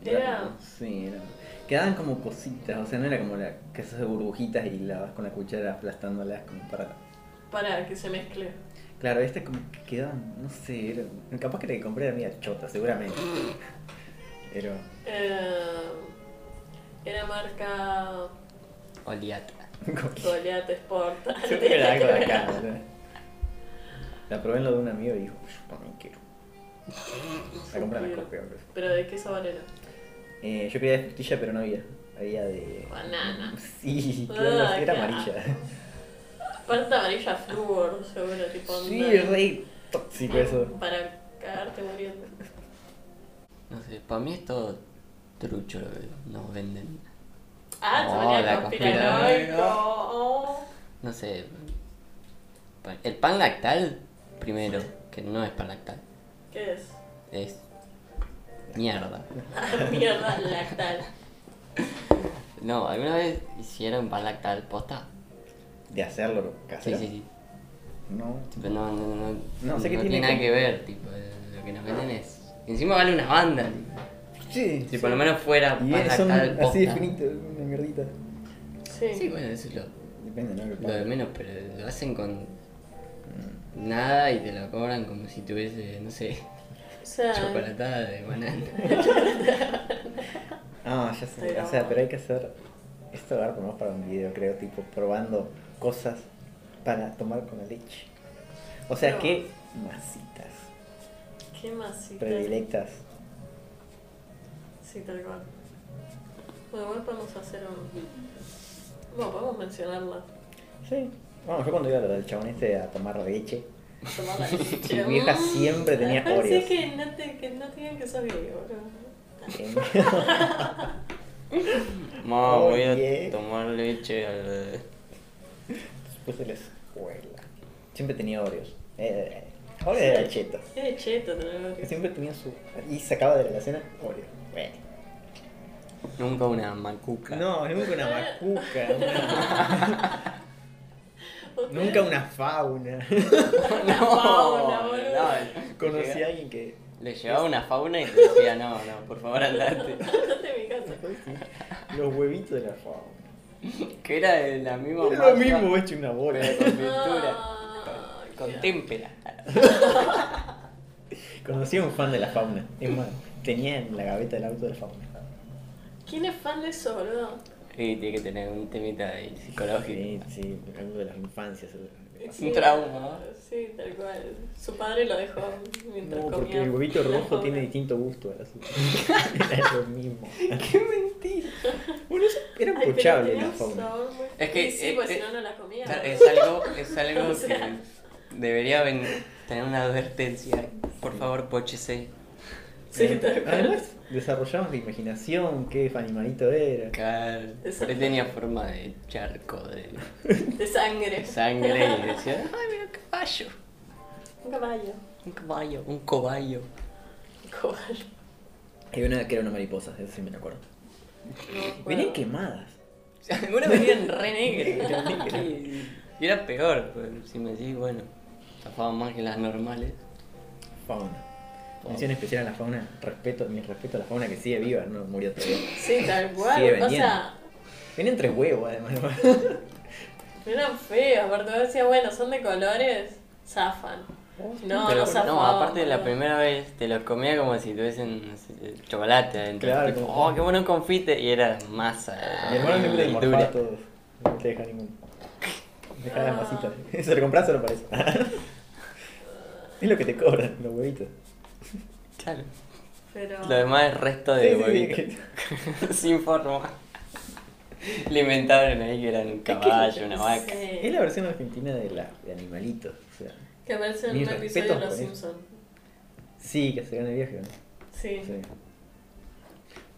Era- como- Sí, era. Quedaban como cositas, o sea, no era como la que se hace burbujitas y la vas con la cuchara aplastándolas como para. para que se mezcle. Claro, este como que quedaban, no sé, era. Capaz que la que compré era media chota, seguramente. Pero. Eh, era marca Oliata. Goliath Sport. [LAUGHS] Yo creo que era algo de [LAUGHS] acá, ¿verdad? La probé en lo de un amigo y dijo, yo también quiero. La compré en la copia, bro. Pero de queso banana. Eh, yo quería de frutilla, pero no había. Había de. Banana. Sí, claro, Ah, era qué amarilla. Pasta amarilla flúor, seguro, tipo onda. Sí, es re tóxico eso. Para cagarte muriendo. No sé, para mí es todo trucho lo que nos venden. Ah, se Oh, venía la conspiranoico. conspiranoica. Oh. No sé. pa- El pan lactal, primero, que no es pan lactal, ¿Qué es? [LAUGHS] es mierda. Ah, mierda, lactal. No, ¿alguna vez hicieron pan lactal posta? De hacerlo Sí, casero. sí, sí. No. Tipo, no, no, no, No sé qué tiene tiene nada que- que ver, tipo, lo que nos venden es. Encima vale una banda, tipo. Sí. Si por lo menos fuera Y pan son lactal posta. así de finito, una mierdita. Sí. Sí, bueno, eso es lo, Depende, ¿no? lo de menos, pero lo hacen con Mm. nada y te lo cobran como si tuviese, no sé, O sea, chocolatada de banana. Ah, ya sé. Pero- O sea, pero hay que hacer. Esto lo armamos para un video, creo, tipo probando cosas para tomar con la leche. O sea, No. qué masitas ¿qué más? Sí, tal- predilectas. sí, tal cual. Bueno, igual podemos hacer un. Bueno, podemos mencionarla. Sí. Bueno, yo cuando iba al chabón este a tomar leche, Tomar [LAUGHS] la leche. Mi vieja Mm. siempre tenía Ah, sí, Oreos. que no, te, que no digan que sos gay, boludo. em, Mamá, voy Oye. a tomar leche al. después de la escuela, siempre tenía Oreos. Eh, Oreos era cheto. Qué cheto tener Oreos. Siempre tenía su. Y sacaba de la cena Oreo. Bueno. Nunca una macuca. [LAUGHS] No, nunca una macuca. [LAUGHS] una- nunca una fauna. no, fauna, boludo. no. Conocí a Llega- alguien que. Le llevaba una fauna y te decía, no, no, por favor andate. [LAUGHS] Andate de mi casa. [LAUGHS] Los huevitos de la fauna. Que era de la misma Es marca, lo mismo hecho una bola. Pero con pintura. Ah, Con ya. témpera. Conocí a un fan de la fauna. Es más, tenía en la gaveta del auto de la fauna. ¿Quién es fan de eso, boludo? Y tiene que tener un temita ahí Sí, psicológico. sí, algo de las infancias. algo de las- Un trauma. Sí, tal cual. Su padre lo dejó mientras No, comía. porque el huevito rojo tiene distinto gusto al azul. [LAUGHS] es lo mismo. ¡Qué mentira! Bueno, eso era Ay, pero impochable tenía la un fauna. sabor muy- Es que, Y sí, eh, pues eh, si no, no la comía. Claro, Es algo, es algo O sea. que debería ven- tener una advertencia. Por favor, póchese. Sí, Pero, tal cual. Eh, Además, desarrollamos la imaginación, qué animalito era. Claro. Por ahí tenía forma de charco, de De sangre. sangre [LAUGHS] y decía, ay, mira, un caballo. [LAUGHS] Un caballo. Un caballo, un cobayo. Un caballo. Hay una que era una mariposa, eso sí me lo acuerdo. No, Venían bueno. quemadas. [LAUGHS] Algunas venían re negras. Negra, negra. Y era peor, pues, si me decís, bueno, zafaban más que las normales. Fauna. Mención especial a la fauna. Respeto, mi respeto a la fauna que sigue viva, no murió todavía. Sí, tal cual. Sigue o vendiendo. sea, Venían tres huevos, además. no eran feos. Aparte, yo decía, bueno, son de colores, zafan. [LAUGHS] No, Pero no zafaban. no, aparte de la boludo. primera vez te los comía como si tuviesen no sé, eh, chocolate adentro. Claro, Tipo, como- oh, qué bueno un confite. Y era masa. Mi hermano siempre y le dura. morfaba a todos. No te deja ninguno. Deja Ah. las masitas. [LAUGHS] Se lo compras solo para eso. es lo que te cobran, los huevitos. Claro. Pero... Lo demás es resto Sí, de sí, sí, huevito. [LAUGHS] que- Sin forma. Le inventaron ahí que eran un caballo, una vaca. Sí. Es la versión argentina de, la, de animalitos. O sea, Que aparece en Mis un episodio de respetos Los por Simpsons. sí, que se gana el viaje, ¿no? Sí. Sí.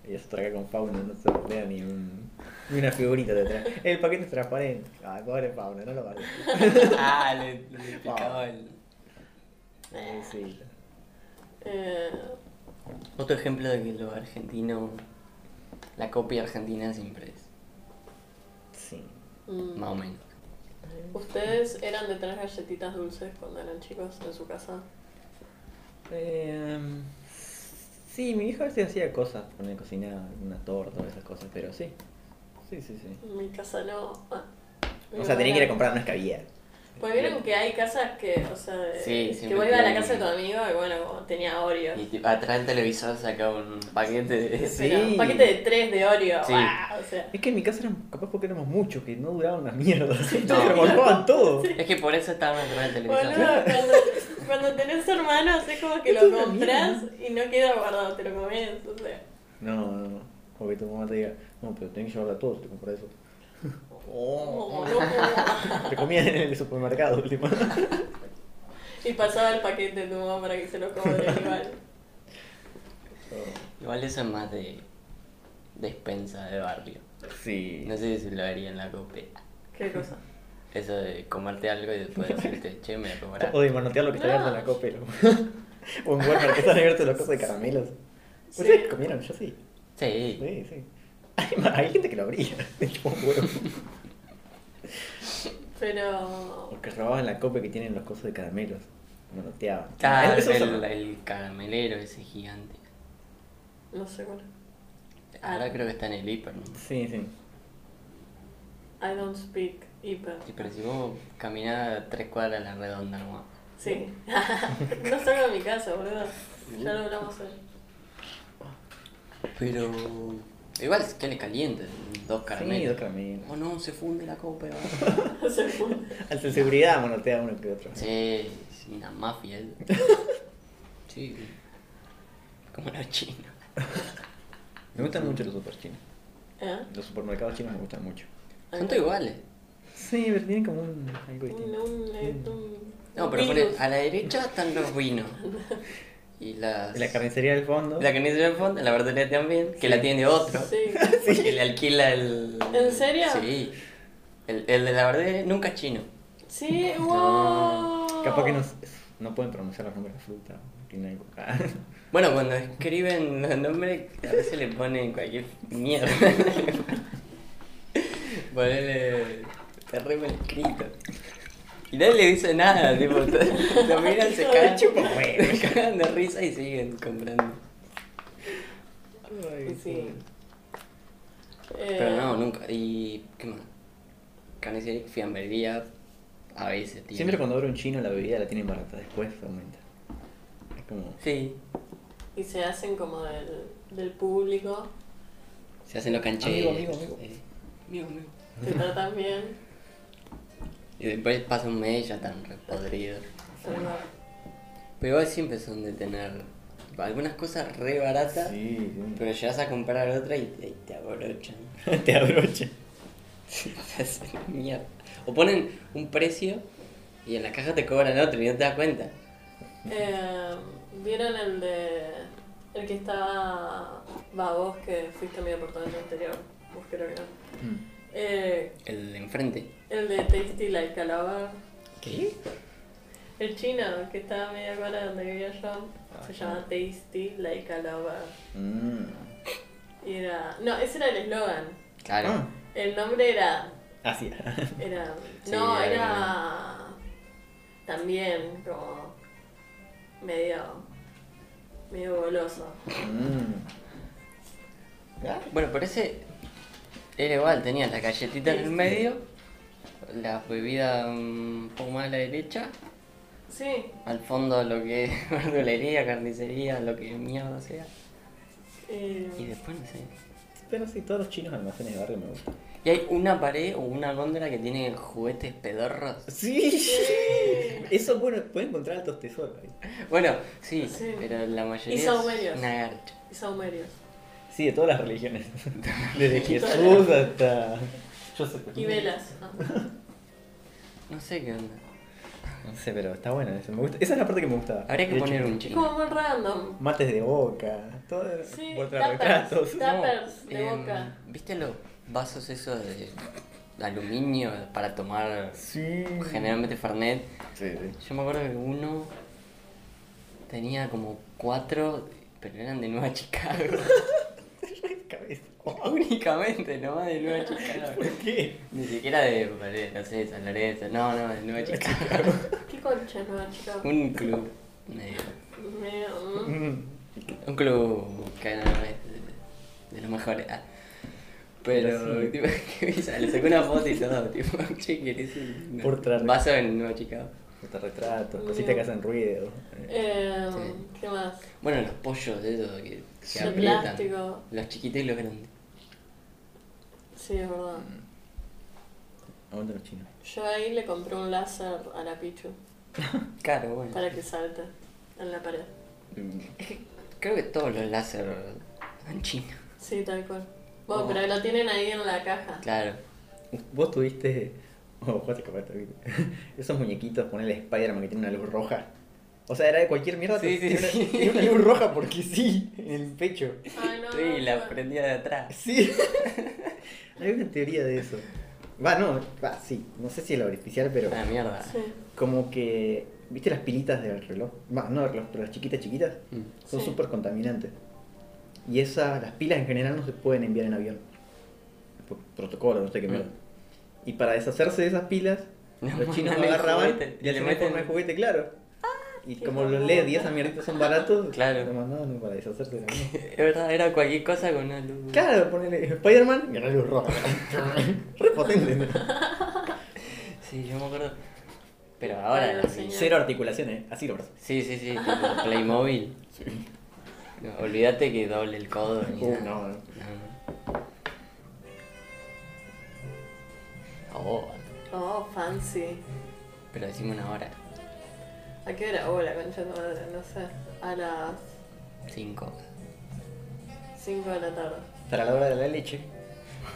Y eso traga con fauna, no se vea ni, un, ni una figurita de atrás. El paquete es transparente. Ah, pobre fauna, no [LAUGHS] lo guardes. [LAUGHS] Ah, le, le picaba el. Eh, sí. Eh, Otro ejemplo de que lo argentino. La copia argentina siempre es. Sí. mm. Más o menos. ¿Ustedes eran de tres galletitas dulces cuando eran chicos en su casa? Eh, sí, mi hija a veces hacía cosas, ponía cocinaba una torta o esas cosas, pero sí. Sí, sí, sí. En mi casa no. Ah, mi O sea, mamá tenía que ir a era- comprar, no es que había. Pues vieron que hay casas que, o sea, de- Sí, que siempre vos ibas a la tienen- casa de tu amigo y bueno, como tenía Oreo. Y tipo, atrás del televisor sacaba un paquete de. Sí. Pero un paquete de tres de Oreo. Sí. ¡guau! O sea, Es que en mi casa eran capaz porque éramos muchos, que no duraban una mierda. [LAUGHS] Se no. remolcaban todo. Es que por eso estaban atrás del televisor. boludo, cuando, cuando tenés hermanos es como que Esto es lo una compras y no queda guardado, te lo comes. O sea, No, no, no. O que tu mamá te diga, no, pero tenés que llevarla a todos, te compras eso. Oh, Oh. como loco. Te comían en el supermercado última. Y pasaba el paquete de tu mamá para que se lo cobre igual. Igual eso es más de. despensa de barrio. Sí. No sé si lo haría en la copia. ¿Qué cosa? Eso de comerte algo y después decirte, che, me voy a cobrar. O de manotear lo que está No. abierto en la copa. [LAUGHS] o Pues en Walmart que están abiertos las cosas de caramelos. Sí. ¿Ustedes comieron? Yo sí. Sí. Sí, sí. Hay, ma- hay gente que lo abría. [LAUGHS] Tipo, huevo. Pero. Los que robaban la copa que tienen los cosos de caramelos. Manoteaban. Ah, Eso es el, otro. el caramelero ese gigante. No sé cuál. Ah. Ahora creo que está en el hiper, ¿no? Sí, sí. I don't speak hiper. Sí, pero si vos caminás tres cuadras a la redonda nomás. Sí. [LAUGHS] no salgo de mi casa, boludo. Ya lo hablamos hoy. [LAUGHS] Pero. Igual es que le caliente, dos caramelos. Sí, dos caramelos. Oh no, se funde la copa. ¿eh? [LAUGHS] va. Se fue. Al de seguridad manotea uno que otro. sí, es una mafia. [LAUGHS] eso. Sí. Como los chinos. Me gustan mucho los super chinos. ¿Eh? Los supermercados chinos me gustan mucho. Son todos iguales. Sí, pero tienen como un, algo Un, distinto. un, un- No, un pero virus. ponen, a la derecha están los vinos. Y las. La carnicería del fondo. La carnicería del fondo, la verdulería también, que la tiene otro. [LAUGHS] Sí. Porque le alquila el. ¿En serio? Sí. El, el de la verdulería nunca es chino. Sí, wow. Capaz que no, no pueden pronunciar los nombres de la fruta. Tienen algo. Bueno, cuando escriben los nombres, a veces le ponen cualquier mierda. [LAUGHS] Ponele. Está re mal escrito. Y nadie le dice nada, tipo, lo miran, se cagan, Chupa huevo. [LAUGHS] se cagan de risa y siguen comprando. Ay, Sí. Eh, Pero no, nunca. ¿Y qué más? Carnicería, fiambrería, a veces, tío. Siempre cuando abre un chino la bebida la tienen barata, después aumenta. Es como. Sí, Y se hacen como del, del público. se hacen los cancheros. Amigo, amigo, amigo. eh, amigo, amigo. Te [LAUGHS] tratan bien. Y después pasa un mes y ya están re podridos. Pero, Pero igual siempre son de tener algunas cosas re baratas, Sí, sí. pero llegas a comprar otra y te, y te abrochan. [LAUGHS] Te abrocha. [LAUGHS] Te hacen mierda. O ponen un precio y en la caja te cobran otro y no te das cuenta. eh, ¿Vieron el de. el que estaba. Va vos que fuiste a mi departamento anterior? Vos creo que no. Eh, El de enfrente. el de Tasty Like Calabar. ¿Qué? El chino que estaba a media cuadra de donde vivía yo se llama Tasty Like Calabar. Mm. Y era. No, ese era el eslogan. Claro. Ah, El nombre era. así. Era. Sí, no, era- era. También como. medio. medio goloso. Mm. Ah, Bueno, pero ese era igual, tenía la galletita en el Este. Sí. medio, la bebida mm, un poco más a la derecha, Sí, al fondo lo que [LAUGHS] es verdulería, carnicería, lo que mierda sea, eh, y después no sé. Pero sí, todos los chinos almacenes de barrio me gustan. Y hay una pared o una góndola que tiene juguetes pedorros. Sí. [LAUGHS] Eso bueno, pueden encontrar altos tesoros ahí. Bueno, sí, Sí. pero la mayoría Y son es bellos. una garcha. y saumerios. Sí, de todas las religiones. [LAUGHS] Desde Jesús hasta. Yo sé. Y velas. ah. No sé qué onda. No sé, pero está bueno eso. Me gusta. Esa es la parte que me gusta. Habría que De hecho, poner un Es chino. como muy random. Mates de boca, todo. Sí, portarretratos. tapas. Tuppers de em, boca. ¿Viste los vasos esos de aluminio para tomar Sí. generalmente Fernet? Sí, sí. [LAUGHS] Yo me acuerdo que uno tenía como cuatro, pero eran de Nueva Chicago. [LAUGHS] Cabeza. Únicamente, nomás de Nueva Chicago. ¿Por qué? Ni siquiera de, vale, no sé, San Lorenzo. No, no, de Nueva Chicago. ¿Qué concha nueva, chica? Un club. medio- Medio, mm. Mm. Un club que no es de, de los mejores. ah. Pero, Sí. tipo, qué bizarro, Le sacó una foto y todo. Tipo, che, ¿querés un Por traer. vaso en Nueva Chicago? Portarretratos, cositas que hacen ruido. Eh, Sí. ¿Qué más? Bueno, los pollos de esos que se De aprietan. plástico. Los chiquitos y los grandes. Sí, es verdad. Aguanta los chinos. Yo ahí le compré un láser a la Pichu Claro, bueno. para que salte en la pared. Mm. Creo que todos los láser en China. Sí, tal cual. Oh. Bueno, pero lo tienen ahí en la caja. Claro. Vos tuviste. Oh, vos te capaz tuviste. [LAUGHS] Esos muñequitos, ponele Spider-Man que tiene una luz roja. O sea, era de cualquier mierda. Sí, sí, pero tiene, sí. una, tiene una luz roja porque sí, en el pecho. Ay, no. Sí, la no. prendía de atrás. Sí. [LAUGHS] Hay una teoría de eso. Va, no, va, sí. No sé si es la oficial, pero. Una mierda. Sí. Como que. ¿Viste las pilitas del reloj? Va, no del reloj, pero las chiquitas, chiquitas. Mm. Son Sí. súper contaminantes. Y esas, las pilas en general no se pueden enviar en avión. por protocolo, no sé qué mierda. Y para deshacerse de esas pilas, Le los chinos mandan el agarraban juguete, y le meten el juguete, claro. Y qué como los barbón. LED y esas mierditas son baratos, Claro. lo mandaban para deshacerse de la mierda. Es verdad, era cualquier cosa con una luz. Claro, ponele Spider-Man y una luz roja. Re potente, ¿no? Sí, yo me acuerdo. Pero ahora. Claro, la- sí. Cero articulaciones, ¿eh? así lo brazos. Sí, sí, sí, tipo Playmobil. No, olvídate que doble el codo ni Uh, nada. no, no. No. Oh, Oh, fancy. pero decimos una hora. ¿A qué hora? Oh, la concha de tu madre, no sé. A las Cinco. 5 de la tarde. Para la hora de la leche.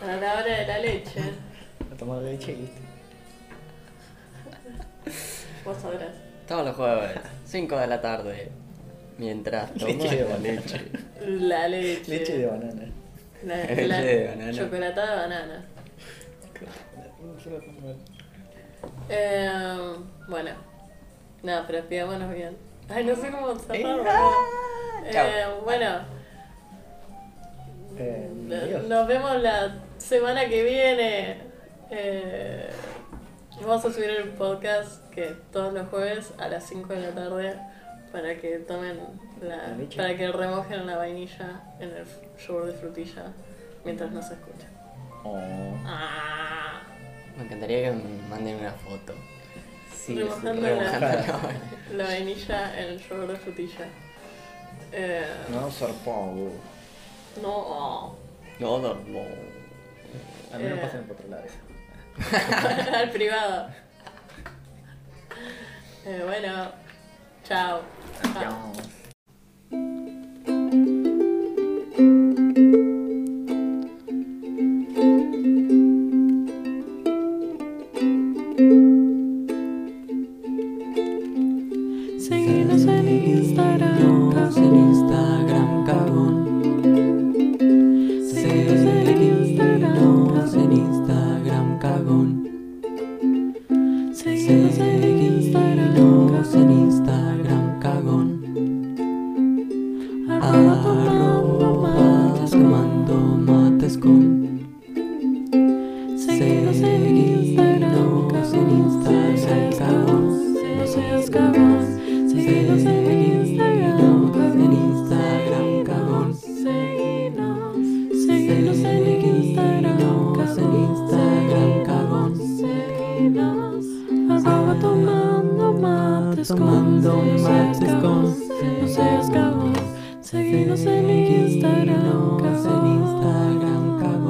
A la hora de la leche, A tomar leche y listo. vos sabrás. Todos los jueves, cinco de la tarde. Mientras tomas Leche de banana. leche. La leche. Leche de banana. La, Leche la- de banana. Chocolatada de banana. Eh, bueno. Nada, pero despidámonos bien. Ay, no sé cómo cerrar. boludo. ah, Eh, Chao. bueno, Eh, Dios. nos vemos la semana que viene. Eh, vamos a subir el podcast que todos los jueves a las 5 de la tarde para que tomen la, La leche. para que remojen la vainilla en el yogur de frutilla mientras no se escucha. Oh. Ah. Me encantaría que me manden una foto. Sí, Remojando sí, la- [LAUGHS] remojando. La vainilla en el yogur de frutilla. Eh, No, sorpón. no. [LAUGHS] [LAUGHS] No, no, no. A mí no Eh. pasan por otro lado. al privado. Eh, bueno, chao. Chao. Adiós. Seguinos en Instagram, en Instagram, cagón. Seguinos en Instagram, en Instagram, cagón. seguinos en Instagram, en Instagram, cagón. arroba tomando mates con. mates con. Seguinos en Instagram, Seguinos en cagón, Instagram, no cagón. seas cagón, no seas cagón. Seguinos en Instagram, Seguinos en Instagram, cagón. cagón, seguinos. Seguinos en Instagram, Seguinos en Instagram, cagón, cagón. seguinos. Arroba tomando mates con, Tomando no seas mates con. cagón, no seas cagón. Seguinos en Instagram, Seguinos en cagón. Instagram, cagón.